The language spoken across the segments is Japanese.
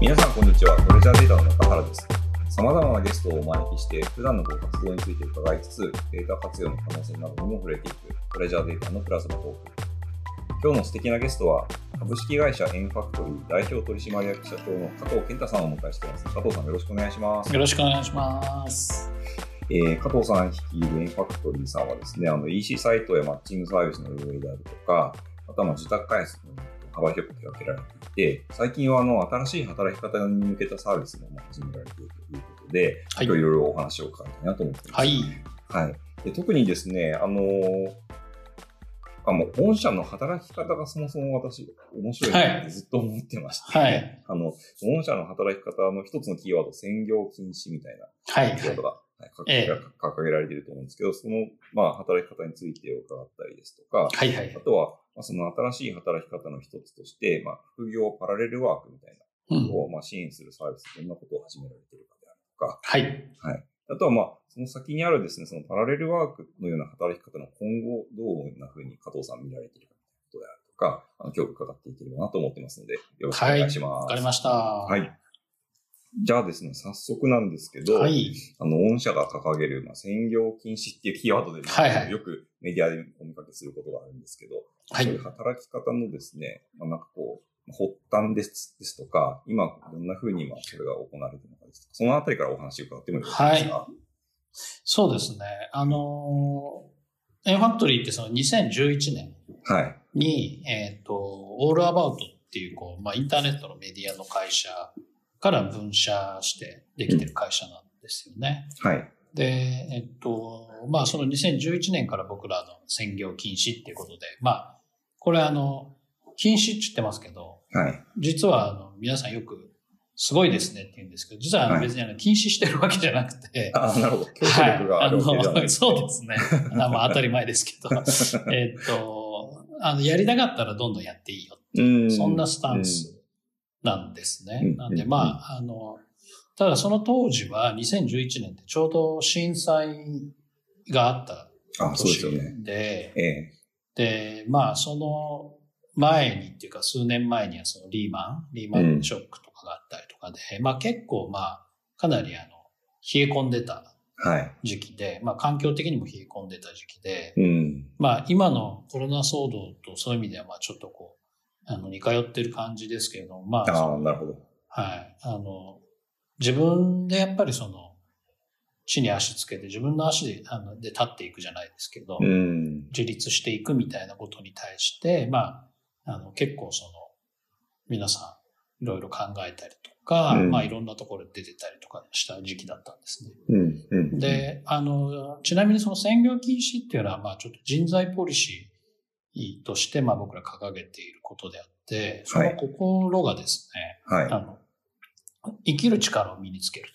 皆さんこんにちはトレジャーデータの中原ですさまざまなゲストをお招きして普段のご活動について伺いつつデータ活用の可能性などにも触れていくトレジャーデータのプラスのトーク今日の素敵なゲストは株式会社エンファクトリー代表取締役社長の加藤健太さんをお迎えしています加藤さんよろしくお願いしますよろしくお願いします。えー加藤さん率いるエンファクトリーさんはですね、あの EC サイトやマッチングサービスの運営であるとか、またまあ自宅開発の幅広く手掛けられていて、最近はあの新しい働き方に向けたサービスも始められているということで、はい今日いろいろお話を伺いたいなと思っています。はい。はい、で特にですね、あのーあもう御社の働き方がそもそも私、面白いなってずっと思ってまして、はい。あの、御社の働き方の一つのキーワード、専業禁止みたいなはというこいと。が、はいかええか掲げられていると思うんですけど、その、まあ、働き方について伺ったりですとか、はい。はあい。とは、まあ、その新しい働き方の一つとして、まあ、副業パラレルワークみたいなうのん。を、まあ、支援するサービス、どんなことを始められているかであるとか、はい。あとは、まあ、その先にあるですね、そのパラレルワークのような働き方の今後、どんな風に加藤さん見られているかということであるとか、あの今日伺っていければなと思ってますので、よろしくお願いします。わかりました。は。はいい。じゃあですね、早速なんですけど、はい。あの、御社が掲げる、まあ、専業禁止っていうキーワードで、はいはいよくメディアでお見かけすることがあるんですけど、はそうい。いう働き方のですね、まあ、なんかこう、発端ですですとか、今、どんな風に今、それが行われているのかですとか、そのあたりからお話を伺ってもよろしいですか、そうですね。あのー、エンファクトリーってその2011年はい、に、えっ、と、オールアバウトっていう、こう、まあ、インターネットのメディアの会社から分社してできてる会社なんですよね。はい。で、えっと、まあ、その2011年から僕らの専業禁止っていうことで、まあ、これあの、禁止って言ってますけど、はい。実はあの皆さんよく、すごいですねって言うんですけど、実はあはのい別にあの禁止してるわけじゃなくて、ああ、なるほど。強制力があるわけではないの、。 そうですね。あまあ当たり前で すけど、えっと、あの、やりたかったらどんどんやっていいようそんなスタンスなんですうねん。なんで、うんまあ、あの、ただその当時は2011年ってちょうど震災があったうんあ、そうですよね。年で、ええ。で、まあ、その前にっていうか数年前にはそのリーマン、リーマンショックとかがあったりとかで、まあ結構まあ、かなりあの、冷え込んでたはい。時期で、まあ環境的にも冷え込んでた時期で、うん。まあ、今のコロナ騒動とそういう意味では、まあ、ちょっとこう、あの、似通ってる感じですけれども、まあ、そああ、のなるほど。はい。あの、自分でやっぱりその、地に足つけて、自分の足であので立っていくじゃないですけど、うん。自立していくみたいなことに対して、まあ、あの、結構その、皆さん、いろいろ考えたりとか、うんまあ、いろんなところで出てたりとかした時期だったんですね。うん。うん。、で、あの、ちなみにその専業禁止っていうのは、まあちょっと人材ポリシーとして、まあ僕ら掲げていることであって、そはのい心がですね、はあの、生きる力を身につけるい。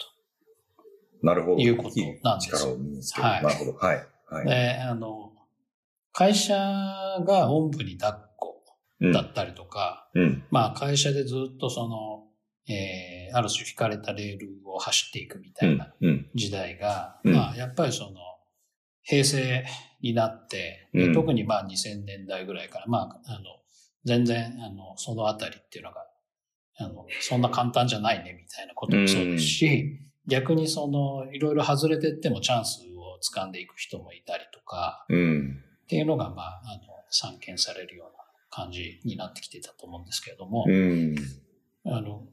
なるほど。いうことなんですよ力を身につける。はいなるほど。はい。はと。い。で、あの、会社がおんぶに抱っこうんだったりとか、うん。まあ会社でずっとその、えーある種引かれたレールを走っていくみたいなうん。時代が、うんまあ、やっぱりその、平成になって、でうん特にまあ2000年代ぐらいから、まあ、あの、全然、あの、そのあたりっていうのが、あの、そんな簡単じゃないね、みたいなこともそうですし、逆にその、いろいろ外れてってもチャンスを掴んでいく人もいたりとか、うん。っていうのが、まあ、あの、散見されるような感じになってきてたと思うんですけれども、うん。あの、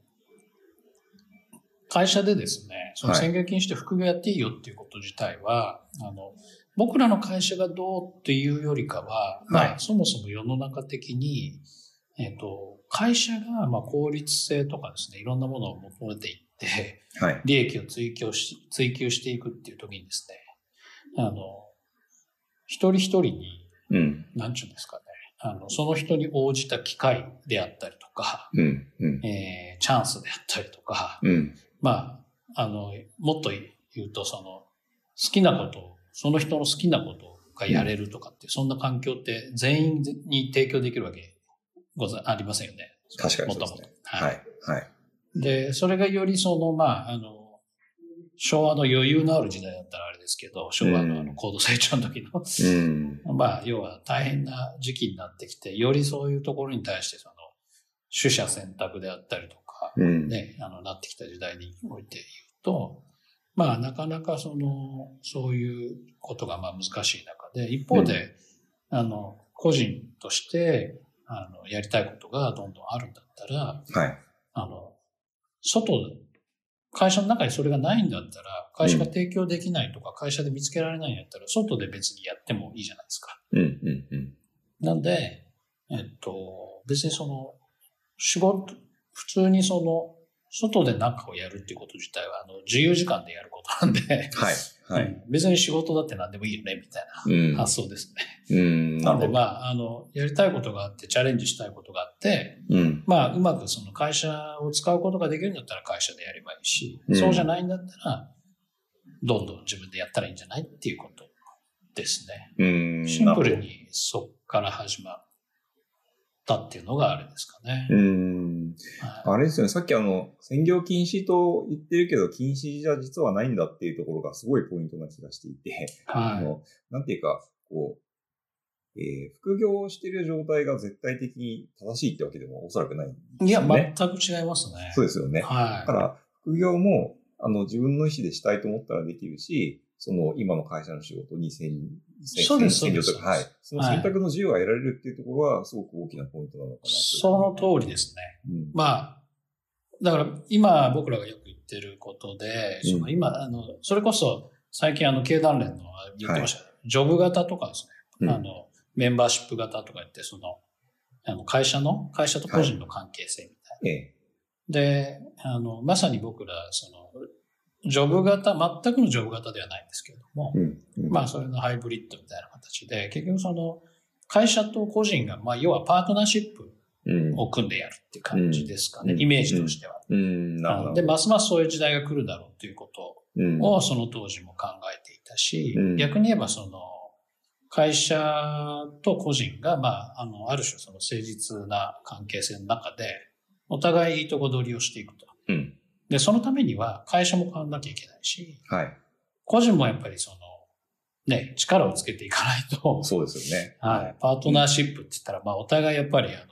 会社でですね、そのはい宣言禁止で副業やっていいよっていうこと自体は、あの、僕らの会社がどうっていうよりかは、はいまあ、そもそも世の中的に、えっ、と、会社が、まあ、効率性とかですね、いろんなものを求めていって、 はい。利益を追求し、追求していくっていう時にですね、あの、一人一人に、うん。なんちゅうんですかね、あの、その人に応じた機会であったりとか、うん。うん。えーチャンスであったりとか、うん。まあ、あの、もっと言うと、その、好きなことを、その人の好きなことがやれるとかって、そんな環境って全員に提供できるわけござありませんよね。確かにもそうとですもとね。は。はいい。はい。で、それがよりその、まあ、あの、昭和の余裕のある時代だったらあれですけど、昭和のあうのん高度成長の時の、うん。 まあ、要は大変な時期になってきて、よりそういうところに対して、その、取捨選択であったりとか、うん。ね、あの、なってきた時代において言うと、まあ、なかなかその、そういうことがまあ難しい中で、一方で、あの、個人として、あの、やりたいことがどんどんあるんだったら、はい。あの、外、会社の中にそれがないんだったら、会社が提供できないとか、会社で見つけられないんだったら、外で別にやってもいいじゃないですか。うん、うん、うん。なんで、えっと、別にその、仕事、普通にその、外で何かをやるっていうこと自体は、あの、自由時間でやることなんで、はい。はうい。。ん 別に仕事だって何でもいいよね、みたいうなん発想ですね。うん。ななるので、ほど。まあ、あの、やりたいことがあって、チャレンジしたいことがあって、うん。まあ、うまくその会社を使うことができるんだったら会社でやればいいし、うんそうじゃないんだったら、どんどん自分でやったらいいんじゃないっていうことですね。うん。シンプなルるにそっから始まったっていうのがあれですかねほ。ど。うん。はいあれですよね、さっきあの、専業禁止と言ってるけど、禁止じゃ実はないんだっていうところがすごいポイントな気がしていて、あはい。の、なんていうか、こう、えー副業をしてる状態が絶対的に正しいってわけでもおそらくないんですいよや、ね。全く違いますね。そうですよね。だかはら、副業も、あの、自分の意思でしたいと思ったらできるし、その、今の会社の仕事に専、専そうです専業とそいうですうか、はい。そのはい選択の自由が得られるっていうところは、すごく大きなポイントなのかなとい。。その通りですね。うん。まあ、だから今僕らがよく言ってることで、うんその今、あの、それこそ最近あの経団連の言ってました、ジョブ型とかですね、うんあの、メンバーシップ型とか言って、その、あの会社の、会社と個人の関係性みたいな。ええ。で、あの、まさに僕ら、その、ジョブ型、全くのジョブ型ではないんですけれども、うん。うんまあ、それのハイブリッドみたいな形で、結局その、会社と個人が、まあ、要はパートナーシップうん。を組んでやるって感じですかね、うんイメージとしては。うん。なるほど。で、ますますそういう時代が来るだろうということうん、を、その当時も考えていたし、うん逆に言えば、その、会社と個人が、まあ、あの、ある種、その誠実な関係性の中で、お互いいいとこ取りをしていくと。うん。で、そのためには会社も変わんなきゃいけないし、はい。個人もやっぱりその、ね、力をつけていかないと、そうですよね。はい、パートナーシップって言ったら、まあ、お互いやっぱりあの、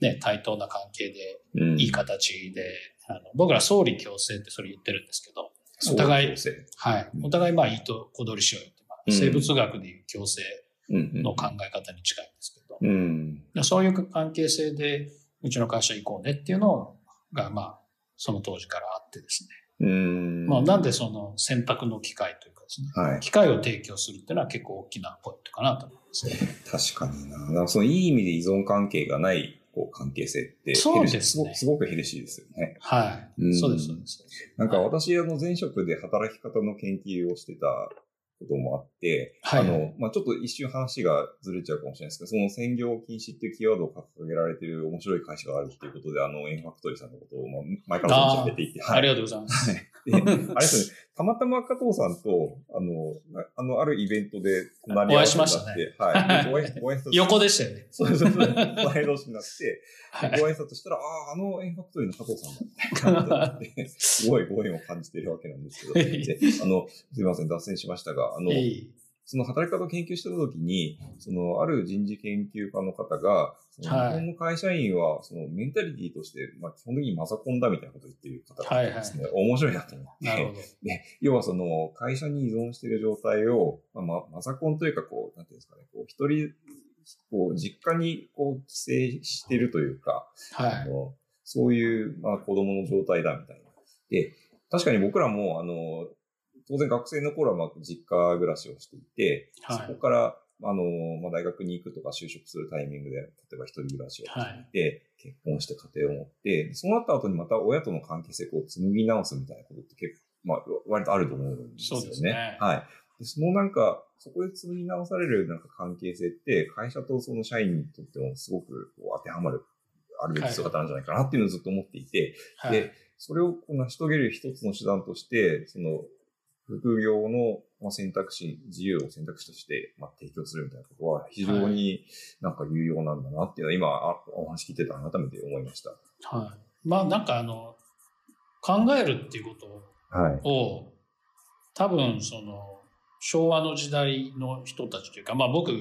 ね、対等な関係で、うん。いい形で、あの僕ら総理共生ってそれ言ってるんですけど、そうお互いそうですはい、お互いまあ、いいとこ取りしようよって、まあ、うん生物学でいう共生うん。うんの考え方に近いんですけど、うん。でそういう関係性で、うちの会社行こうねっていうのが、まあ、その当時からあってですね。うん。まあ、なんでその選択の機会というかですね、はい。機会を提供するっていうのは結構大きなポイントかなと思いますね。確かにな。なんかそのいい意味で依存関係がないこう関係性ってそうですヘねルシーすごくすごくヘルシーですよね。はい。うんそうです、そうです。なんか私、あの前職で働き方の研究をしてたこともあって、はいあの、まあ、ちょっと一瞬話がずれちゃうかもしれないですけど、その専業禁止っていうキーワードを掲げられてる面白い会社があるっていうことで、あの、エンファクトリーさんのことを、まあ、前から喋っていて、ありがとうございます。で、あれですね、たまたま加藤さんと、あの、なあの、あるイベントで隣り合わせになってお会いはい。はご挨ご挨拶横で したよね。そうそうそう。前同士になって、 はごい。挨拶したら、ああ、あのエンファクトリーの加藤さんだってなって、すごいご縁を感じているわけなんですけ ど、であの、すみません、脱線しましたが、あの、いいその働き方を研究してた時に、その、ある人事研究家の方が、そのはい日本の会社員は、その、メンタリティとして、まあ、基本的にマザコンだみたいなことを言っている方がいたんですね、面白いなと思って。なるほど。で、要はその、会社に依存している状態を、まあ、まマザコンというか、こう、なんていうんですかね、こう、一人、こう、実家に、こう、帰省してるというか、はあい。のそういう、まあ、子供の状態だ、みたいな。で、確かに僕らも、あの、当然学生の頃は、まあ、実家暮らしをしていて、はそいこ。から、あの、まあ、大学に行くとか就職するタイミングで、例えば一人暮らしをはい。で、結婚して家庭を持って、そうなった後にまた親との関係性を紡ぎ直すみたいなことって結構、まあ、割とあると思うんですよね。そうですねはい。でそのなんか、そこで紡ぎ直されるなんか関係性って、会社とその社員にとってもすごくこう当てはまる、あるべき姿なんじゃないかなっていうのをずっと思っていて、はでい。それをこう成し遂げる一つの手段として、その、副業のまあ選択肢、自由を選択肢としてまあ提供するみたいなことは非常はになんか有用なんだなっていうのは今あお話聞いてた改めて思いました。はい。まあ、なんかあの、考えるっていうこはい。とを、多分その、昭和の時代の人たちというか、まあ僕、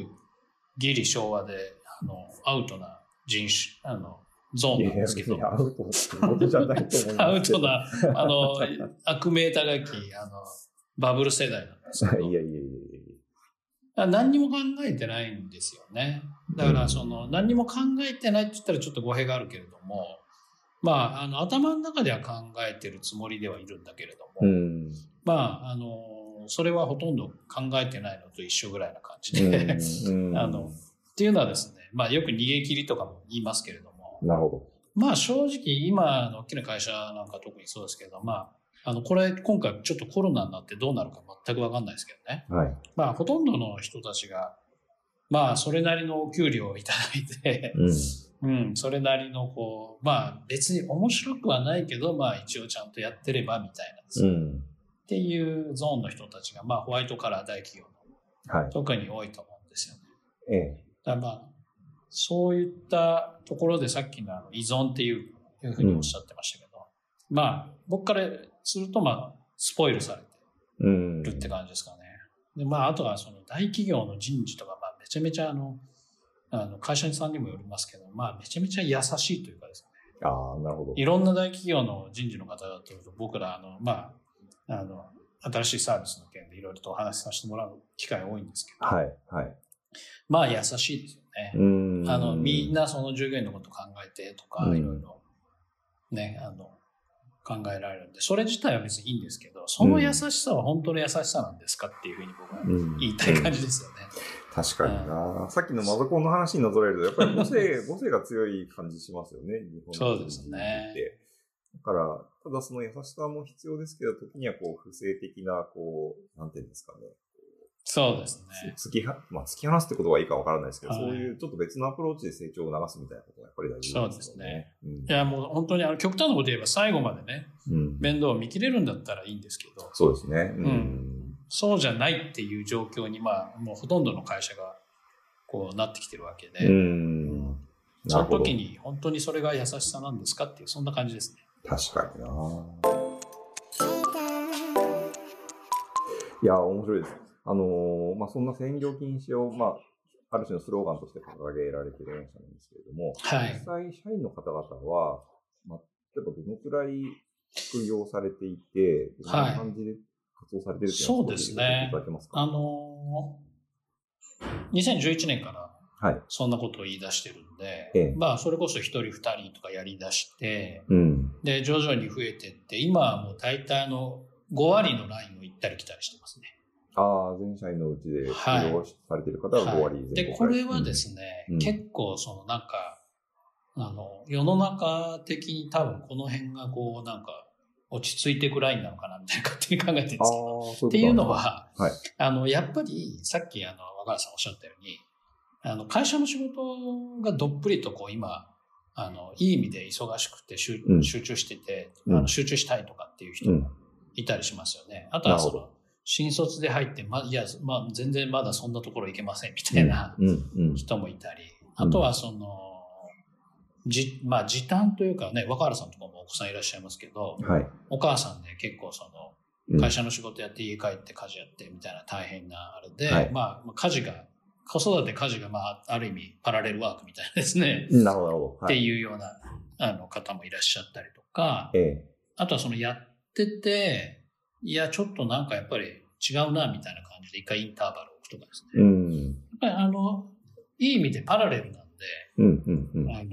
ギリ昭和で、あの、アウトな人種、あの、ゾーンなんですけどいやい。やアウトってことじゃないと思いますけど。アウト な、あの、アクメータがき、あの、バブル世代なんですけど。いやいやいやいだから何にも考えてないんですよね。だからその何にも考えてないって言ったらちょっと語弊があるけれども、まあ、あの頭の中では考えてるつもりではいるんだけれども、や。うん。まあ、あの、それはほとんど考えてないのと一緒ぐらいな感じで、っうん。あのていうのはですね、まあよく逃げ切りとかも言いますけれども、なるほまあ正直今の大きな会社なんか特にそうですけど、まあ、あの、これ今回ちょっとコロナになってどうなるか全くわかんないですけどね。ど。はい。まあ、ほとんどの人たちが、まあ、それなりのお給料をいただいて、 うん。うん、それなりの、こう、まあ、別に面白くはないけど、まあ、一応ちゃんとやってれば、みたいなですうね、ん。っていうゾーンの人たちが、まあ、ホワイトカラー大企業の、は特に多いと思うんですよね。い。ええ。だからまあ、そういったところでさっきのあの依存っていういうふうにおっしゃってましたけど、まあ、僕からすると、まあ、スポイルされて、うん。るって感じですかね。でまあ、あとはその大企業の人事とか、まあ、めちゃめちゃあのあの会社さんにもよりますけど、まあ、めちゃめちゃ優しいというかですね、ああ、なるほど。いろんな大企業の人事の方だと僕らあの、まあ、あの新しいサービスの件でいろいろとお話しさせてもらう機会多いんですけど、はい。はい。まあ優しいですよね。うん。あのみんな。なその従業員のこと考えてとか、うんいろいろね、あの、考えられるんで、それ自体は別にいいんですけど、その優しさは本当の優しさなんですかっていうふうに僕はうん、言いたい感じですよね。確かにな、さっきのマゾコンの話になぞらえると、やっぱり母 性、母性が強い感じしますよね、日本のそうですねでだから、ただその優しさも必要ですけど、時にはこう、不正的な、こう、なんていうんですかね、そうですね。突きは、まあ、突き放すってことはいいかわからないですけど、はいそういうちょっと別のアプローチで成長を流すみたいなことがやっぱり大事なんですよね。そういや、もう本当にあの極端なこと言えば最後までね、すね。うん。面倒を見切れるんだったらいいんですけど、そうですね。う。うんそうじゃないっていう状況に、まあ、もうほとんどの会社がこうなってきてるわけうで、ん。なそるのほど時。に本当にそれが優しさなんですかっていう、そんな感じですね。確かにな。いや、面白いです。あのーまあ、そんな専業禁止を、まあ、ある種のスローガンとして掲げられている御社なんですけれども、はい。実際社員の方々は、まあ、例えばどのくらい副業されていて、どんな感じで活動されているっていうのをそうですね教えていただけますかあのー2011年からはい。そんなことを言い出してるんで、ええまあ、それこそ1人2人とかやりだして、うん。で、徐々に増えてって、今はもう大体あの5割のラインを行ったり来たりしてますね。ああ、全社員のうちでは副い業されている方は5割はい全で、国。これはですすね、うん結構そのなんか、あの、世の中的に多分この辺がこうなんか落ち着いてくラインなのかなみたいな勝手に考えてるんですけああ、ど、そういうことっていうの、は、はいあの、やっぱり、さっき、あの、若林さんおっしゃったように、あの、会社の仕事がどっぷりと、こう、今、あの、いい意味で忙しくて、集うん集中してて、うんあの集中したいとかっていう人うんもいたりしますよね。あとは、そなるの、新卒で入って、ま、いや、まあ、全然まだそんなところ行けません、みたいなうん、うん。人もいたり、うんあとは、その、じ、まあ、時短というかね、若原さんとかもお子さんいらっしゃいますけど、はい。お母さんで結構その、うん会社の仕事やって家帰って家事やってみたいな大変なあれで、はいまあまあ家事が子育て家事がまあある意味パラレルワークみたいなですね、なるほど、なるほど。はっいていうようなあの方もいらっしゃったりとかええ。あとはそのやってていやちょっとなんかやっぱり違うなみたいな感じで一回インターバルを置くとかですねうん。やっぱりあのいい意味でパラレルなんでうん、うん、うん。あの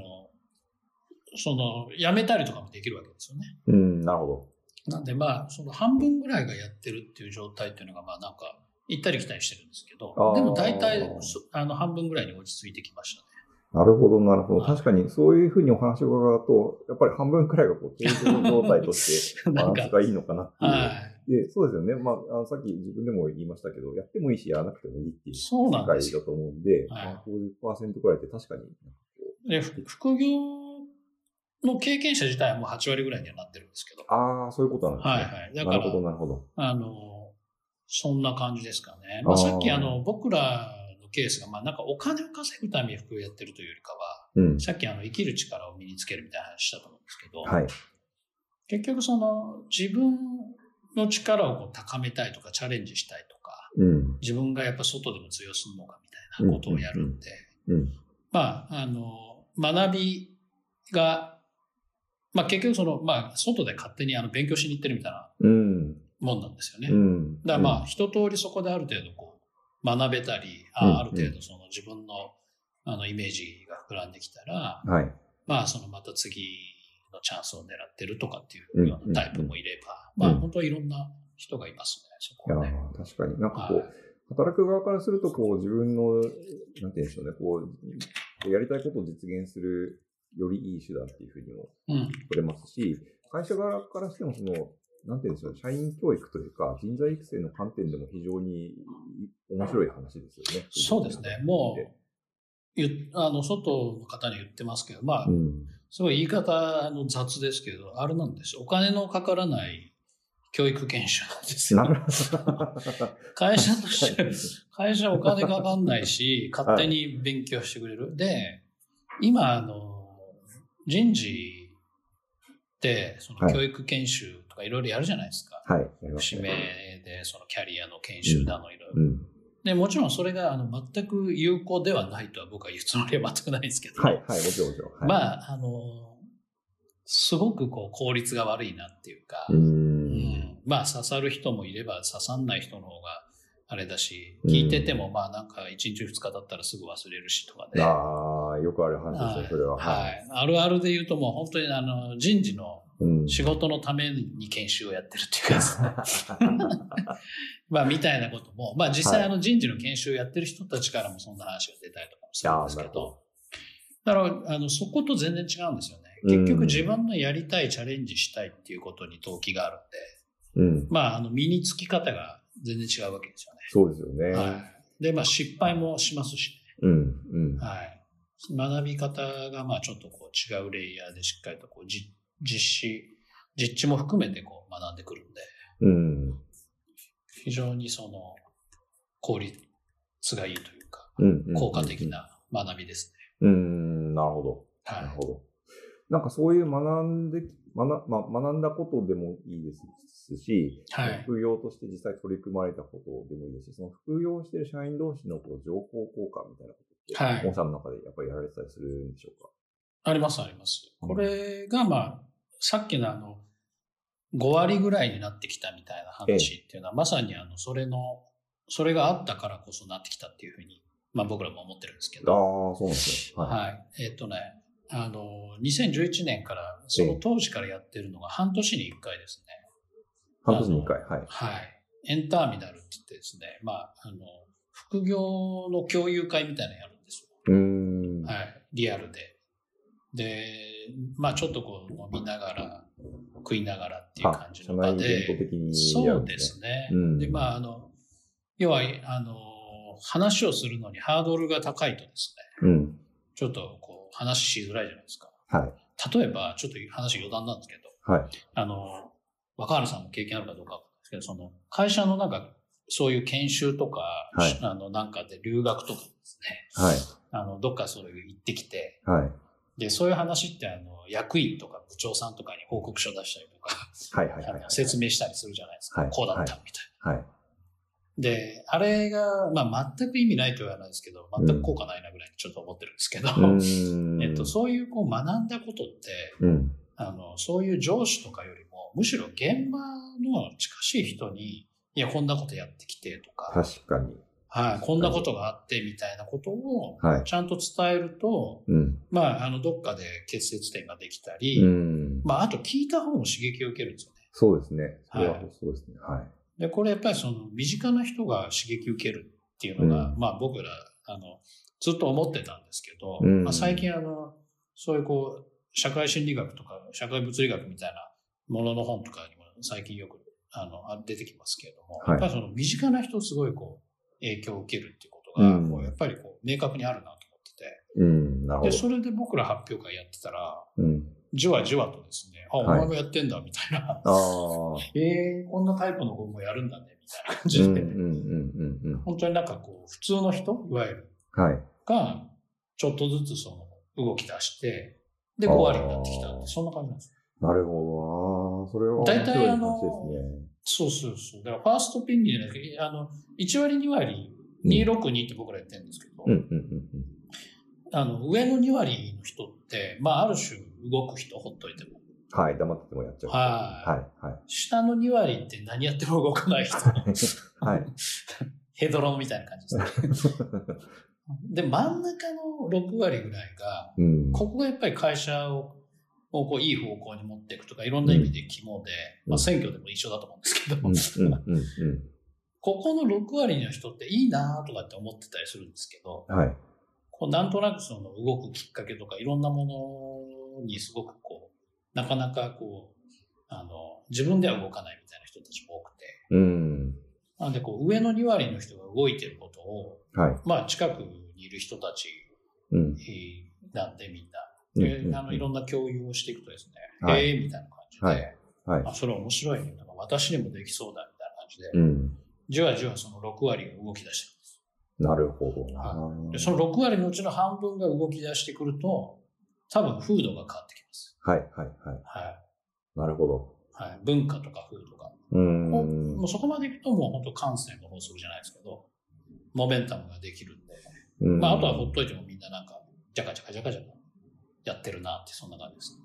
その辞めたりとかもできるわけですよね。うん、なるほど。なんでまあ、その半分ぐらいがやってるっていう状態っていうのが、まあなんか、行ったり来たりしてるんですけあどー、でも大体、そあの、半分ぐらいに落ち着いてきましたね。なるほど、なるほど。はい確かに、そういうふうにお話を伺うと、やっぱり半分くらいがこう、定常状態として、 バ なラんンかスがいいのかなっていう。はい。で、そうですよね。まああの、さっき自分でも言いましたけど、やってもいいし、やらなくてもいいっていう世そうなん界ですよ。だと思うんで、はいまあ50%くらいって確かに、で、ふ副業の経験者自体はもう8割ぐらいにはなってるんですけど。ああ、そういうことなんですね。はいはい。だなかるほど、ら、なるほど。あの、そんな感じですかね。まああーさっきあの、僕らのケースが、まあなんかお金を稼ぐために副業やってるというよりかは、うん。さっきあの、生きる力を身につけるみたいな話したと思うんですけど、はい。結局その自分の力をこう高めたいとかチャレンジしたいとかうん。自分がやっぱ外でも通用するのかみたいなことをやるんで、うんうんうんうんまああの学びが、まあ結局その、まあ外で勝手にあの勉強しに行ってるみたいなうん。もんなんですよね。うん。だからまあ、一通りそこである程度こう学べたり、あうんある程度その自分のあのイメージが膨らんできたら、うん。はい。まあそのまた次のチャンスを狙ってるとかっていうようなタイプもいれば、うんうんうんまあ本当いろんな人がいますね、そいこやはね。ー確かになんかこう、はい働く側からすると、こう、自分の、なんて言うんでしょうね、こう、やりたいことを実現する、よりいい手段っていうふうにもうん。取れますし、会社側からしても、その、なんて言うんでしょう、社員教育というか、人材育成の観点でも非常に面白い話ですよね。そうですね。もう、ゆあの、外の方に言ってますけど、まあう、ん。すごい言い方あの雑ですけど、あれなんですよ。お金のかからない教育研修なんですなよ。るほ会社としてど。会社お金かかんないし、勝手に勉強してくれる。で、今、あの、人事って、そはのい教育研修とかいろいろやるじゃないですか。はい、やりま節す目ね。で、そのキャリアの研修だのいろいろ。うん。で、もちろんそれがあの全く有効ではないとは僕は言うつもりは全くないんですけど、はい、はい、もちろん、もちろん。はい、まあ、あの、すごくこう効率が悪いなっていうか、うー。うんんまあ刺さる人もいれば刺さんない人の方があれだし、うん聞いててもまあなんか1日2日だったらすぐ忘れるしとかね。ああ、よくある話ですね、それは。はい。あるあるで言うともう本当にあの人事のうん。仕事のために研修をやってるっていうかですね まあみたいなことも、まあ実際あの人事の研修をやってる人たちからもそんな話が出たりとかもするんですけいやーなるほど、だからあのそこと全然違うんですよね。結うん局自分のやりたい、チャレンジしたいっていうことに動機があるんで、うん。まあ、あの身につき方が全然違うわけですよそうですよね。ね。はい、で、まあ、失敗もしますしうん。うんね、。はい、学び方がまあちょっとこう違うレイヤーでしっかりとこうじ実施、実地も含めてこう学んでくるんで、うん。非常にその効率がいいというか、うん。うん効果的。な学びですうね。ん。なるほど。はないるほど。なんかそういう学んで、学まあ、学んだことでもいいですし、はい副業として実際取り組まれたことでもいいですし、その副業してる社員同士のこう情報交換みたいなことって、はい本社の中でやっぱりやられてたりするんでしょうかありますあります。これがまあ、さっきのあの、5割ぐらいになってきたみたいな話っていうのは、まさにあの、それの、それがあったからこそなってきたっていうふうに、まあ僕らも思ってるんですけど、ああ、そうなんですね。い。はい。えっ、とね、あの、2011年から、その当時からやってるのが半年に1回ですね。半年に1回。はい。はい。エンターミナルって言ってですね、まあ、あの、副業の共有会みたいなのやるんですよ。うーん。はい、リアルで。で、まあちょっとこう飲みながら、食いながらっていう感じの場あ社内イベントで、的にやそるうんでですね。すね。うんで、まああの、要は、あの、話をするのにハードルが高いとですね、うん。ちょっとこう話しづらいじゃないですか。はい。例えば、ちょっと話余談なんですけど、はい。あの、若原さんも経験あるかどうかわかんないですけど、その会社のなんか、そういう研修とか、はいあの、なんかで留学とかですね、はい。あの、どっかそういう行ってきて、はい。で、そういう話って、あの、役員とか部長さんとかに報告書出したりとか、はい。はい。はいあの説明したりするじゃないですか。はいこうだったみたいな。はい。で、あれが、まあ、全く意味ないとは言わないですけど、全く効果ないなぐらいにちょっと思ってるんですけど、うーんえっと、そういうこう学んだことって、うん。あの、そういう上司とかよりも、むしろ現場の近しい人に、いや、こんなことやってきてとか、確かに。はい、こんなことがあってみたいなことを、はい。ちゃんと伝えると、うん。まあ、あの、どっかで結節点ができたり、うん。まあ、あと聞いた方も刺激を受けるんですよね。そうですね。それははいそうですね。はい。で、これやっぱりその身近な人が刺激を受けるっていうのが、うんまあ僕ら、あの、ずっと思ってたんですけど、うんまあ最近あの、そういうこう、社会心理学とか社会物理学みたいなものの本とかにも最近よくあのあ出てきますけれども、はいやっぱりその身近な人すごいこう、影響を受けるっていうことが、うんこうやっぱりこう、明確にあるなと思ってて、うん。なるほで、ど。それで僕ら発表会やってたら、うん。じわじわとですね、あ、おはい前もやってんだみたいな、ああ。えー、こんなタイプの子もやるんだね、みたいな感うんじうで、んうんうん本当になんかこう、普通の人、いわゆる、うん。はい。が、ちょっとずつその、動き出して、で、あ5ー割になってきたって、そんな感じなんですよ。なるほどな。それは面白大体いあ話のですね。そうそうそう。だから、ファーストペンギンじゃないですけど、あの、1割、2割、262って僕らやってるんですけど、うんうんうんうん。あの、上の2割の人って、まあ、ある種、動く人ほっといても。はい、黙っててもやっちゃう。はい、いはい。下の2割って何やっても動かない人。 はい。ヘドロンみたいな感じですね。で、真ん中の6割ぐらいが、うん。ここがやっぱり会社を、をこういい方向に持っていくとか、いろんな意味で肝で、うんまあ選挙でも一緒だと思うんですけど、うん、うん、うん、ここの6割の人っていいなとかって思ってたりするんですけど、うん。はい。こうなんとなくその動くきっかけとかいろんなものにすごくこう、なかなかこう、あの、自分では動かないみたいな人たちも多くて、うん。なのでこう上の2割の人が動いてることを、はい。まあ近くにいる人たちうん。えーなんでみんな。うんでうんあのいろんな共有をしていくとですね、はいええみたいな感じで、はいはいあそれ面白いね、なんか私にもできそうだみたいな感じうで、ん。じわじわその6割が動き出してなるほどな。くるでその6割のうちの半分が動き出してくると、多分風土が変わってきます。はい、はい、はい。はいなるほど。はい、文化とか風土が。うー。もうんもうそこまでいくと、もう本当感性の法則じゃないですけど、モメンタムができるんで、うんまあ、あとはほっといてもみんななんか、じゃかじゃかじゃかじゃかやってるなって、そんな感じです。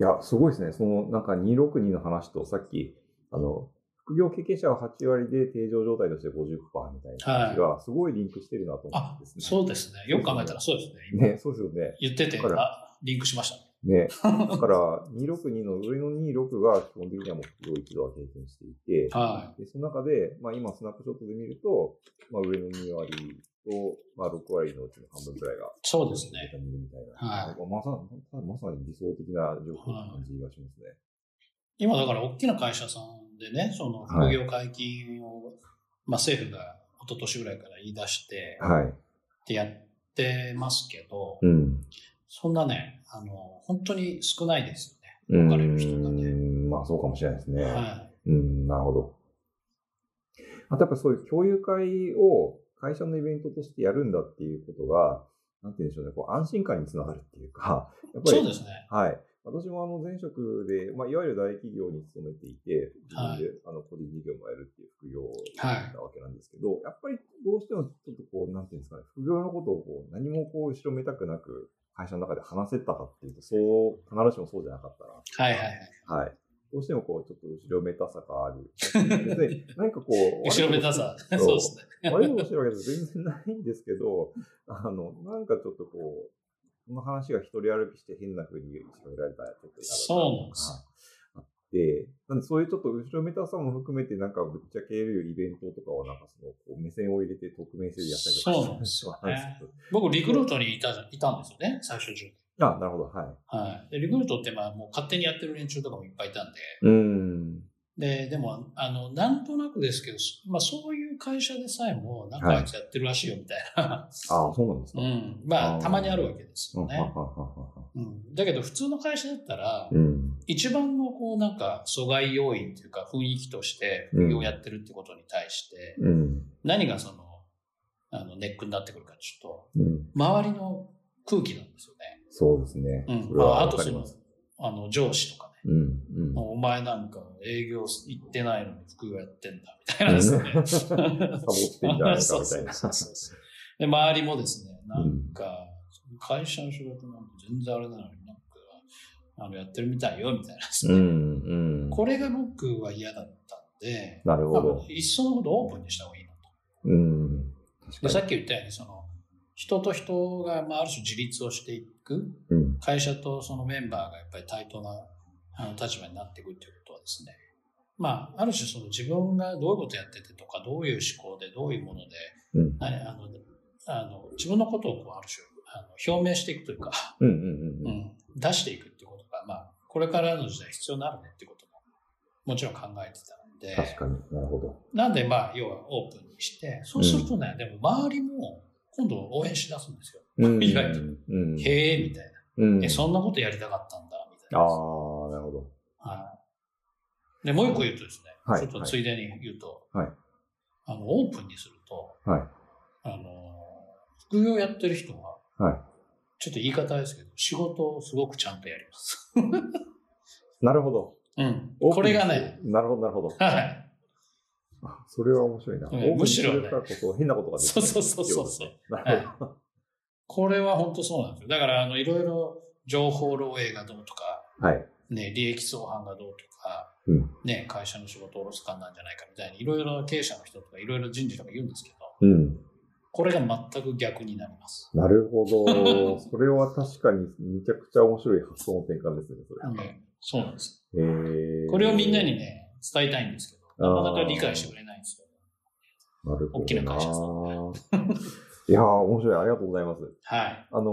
いや、すごいですね。その、なんか262の話と、さっき、あの、副業経験者は8割で定常状態として50%みたいな話が、すごいリンクしてるなと思あうんです、ね。そうですね。よく考えたらそうですね。今ね、そうですよね。言ってて、だからあ、リンクしましたね。ね。だから、262の上の26が基本的にはもう副業一度は経験していて、はでその中で、まあ、今スナップショットで見ると、まあ、上の2割と、まあ、6割のうちの半分くらいがい。そうでデすーね。タにいるみたいな。はいまあまさにまさに理想的な状況な感じがしますね。今だから大きな会社さんでね、そのはい副業解禁を、まあ政府が一昨年ぐらいから言い出して、はい。ってやってますけど、うん。そんなね、あの、本当に少ないですう動かれる人がねんまあそうかもしれないですね。よね。はうん、なるほど。あとやっぱそういう共有会を会社のイベントとしてやるんだっていうことが、なんて言うんでしょうね、こう安心感につながるっていうか、 やっい。ぱりそうですね。はい。私もあの前職で、まあ、いわゆる大企業に勤めていて、自分で、あの個人事業もやるっていう副業なわけなんですけど、やっぱりどうしてもちょっとこう、なんていうんですかね、副業のことをこう何もこう後ろめたくなく会社の中で話せたかっていうと、そう、必ずしもそうじゃなかったなはいはいはい。はい。どうしてもこう、ちょっと後ろめたさがあ る。別に、何かこう、後ろめたさ。そうそうですね。悪いことしてるわけじゃ全然ないんですけど、あの、なんかちょっとこう、この話が一人歩きして変な風に喋られたらちょっと嫌だなそうなんですよとかあって、なんでそういうちょっと後ろめたさも含めて、なんかぶっちゃけるイベントとかをなんかその、こう目線を入れて匿名性でやったりとかそうなんですよねそうなんです僕、リクルートにいたじゃいたんですよね、最初中。けどあ、なるほど、はい。はい。でリクルートって、まあ、もう勝手にやってる連中とかもいっぱいいたんで、うーん。で、でも、あの、なんとなくですけど、まあそういう会社でさえも、なんかはいあいつやってるらしいよみたいな。 ああ、そうなんですか。うん。まああーたまにあるわけですうよん、はね。はははうん。だけど普通の会社だったらう、ん。一番のこうなんか阻害要因というか雰囲気として、副業をやってるってことに対して、うん。何がその、あの、ネックになってくるかちょっうん。と、周りの空気なんですよね。そうですね。うんそれはまああわとかそりのます。あの、上司とかね。うん。うん。お前なんか営業行ってないのに副業やってんだ、みたいなですね。サボってんじゃないかみたいな。そうそうそうそうで、周りもですね、なんか、会社の仕事なんか全然あれなのになんか、あの、やってるみたいよ、みたいなですうん、ね、うん。これが僕は嫌だったんで、なるほ多分ど。いっそのことオープンにした方がいいなと。うん。で、確さかっき言ったように、その、人と人が、まあ、ある種自立をしていく、に。うん。会社とそのメンバーがやっぱり対等なあの立場になっていくっていうことはですね、まあ、ある種その自分がどういうことやっててとか、どういう思考で、どういうもので、うん何あのあの自分のことをこうある種あの表明していくというか、うんうんうんううん。ん、出していくっていうことが、まあ、これからの時代必要になるねっていうことも、もちろん考えてたん確で、かになるほど。なんでまあ、要はオープンにして、そうするとね、でも周りも今度応援しだすんですうよ。ん意外とうん。へえ、みたいな。うん。え、そあんなことやりたかったんだ、みたいあな。ー、なるほど。はい。で、もう一個言うとですね、はいちょっとついでに言うと、はいあの、オープンにすると、はいあの、副業やってる人は、はいちょっと言い方ですけど、仕事をすごくちゃんとやります。なるほど。うん。オープこンにれがね、。なるほど、なるほど。 はい。あそれは面白いな。うんオープンむしろねするからこそ変なことができないそうそうそうそっていううことですねなはるい、これは本当そうなんですよ。だから、あの、いろいろ情報漏洩がどうとか、はい。ね、利益相反がどうとか、うんね、会社の仕事をおろすかなんじゃないかみたいに、いろいろ経営者の人とか、いろいろ人事とか言うんですけど、うん。これが全く逆になります。なるほ ど。それは確かにめちゃくちゃ面白い発想の転換ですね、それ。ね、そうなんです。えーこれをみんなに。ね、伝えたいんですけど、なかなか理解してくれないんですよ。なるほど大きな会社さ いやー、面白い。ありがとうございます。はい。あのー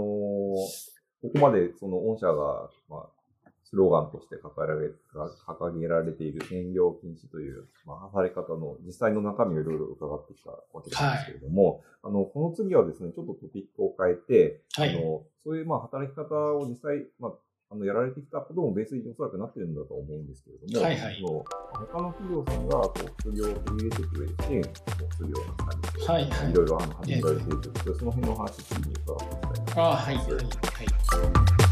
ここまでその御社が、まあ、スローガンとして掲げられ掲げられている専業禁止という、まあ、働き方の実際の中身をいろいろ伺ってきたわけなんですけれども、あのこの次はですね、ちょっとトピックを変えて、はあい。のそういうまあ働き方を実際、まああのやられてきたこともベースにおそらくなってるんだと思うんですけれども、はいはいその他の企業さんがこう副業を取り入れてくれて支援をするような感じで、はいはいいろいろあの始められているということで、その辺のお話を次に伺っていきたいと思います。あはい。はい。はい。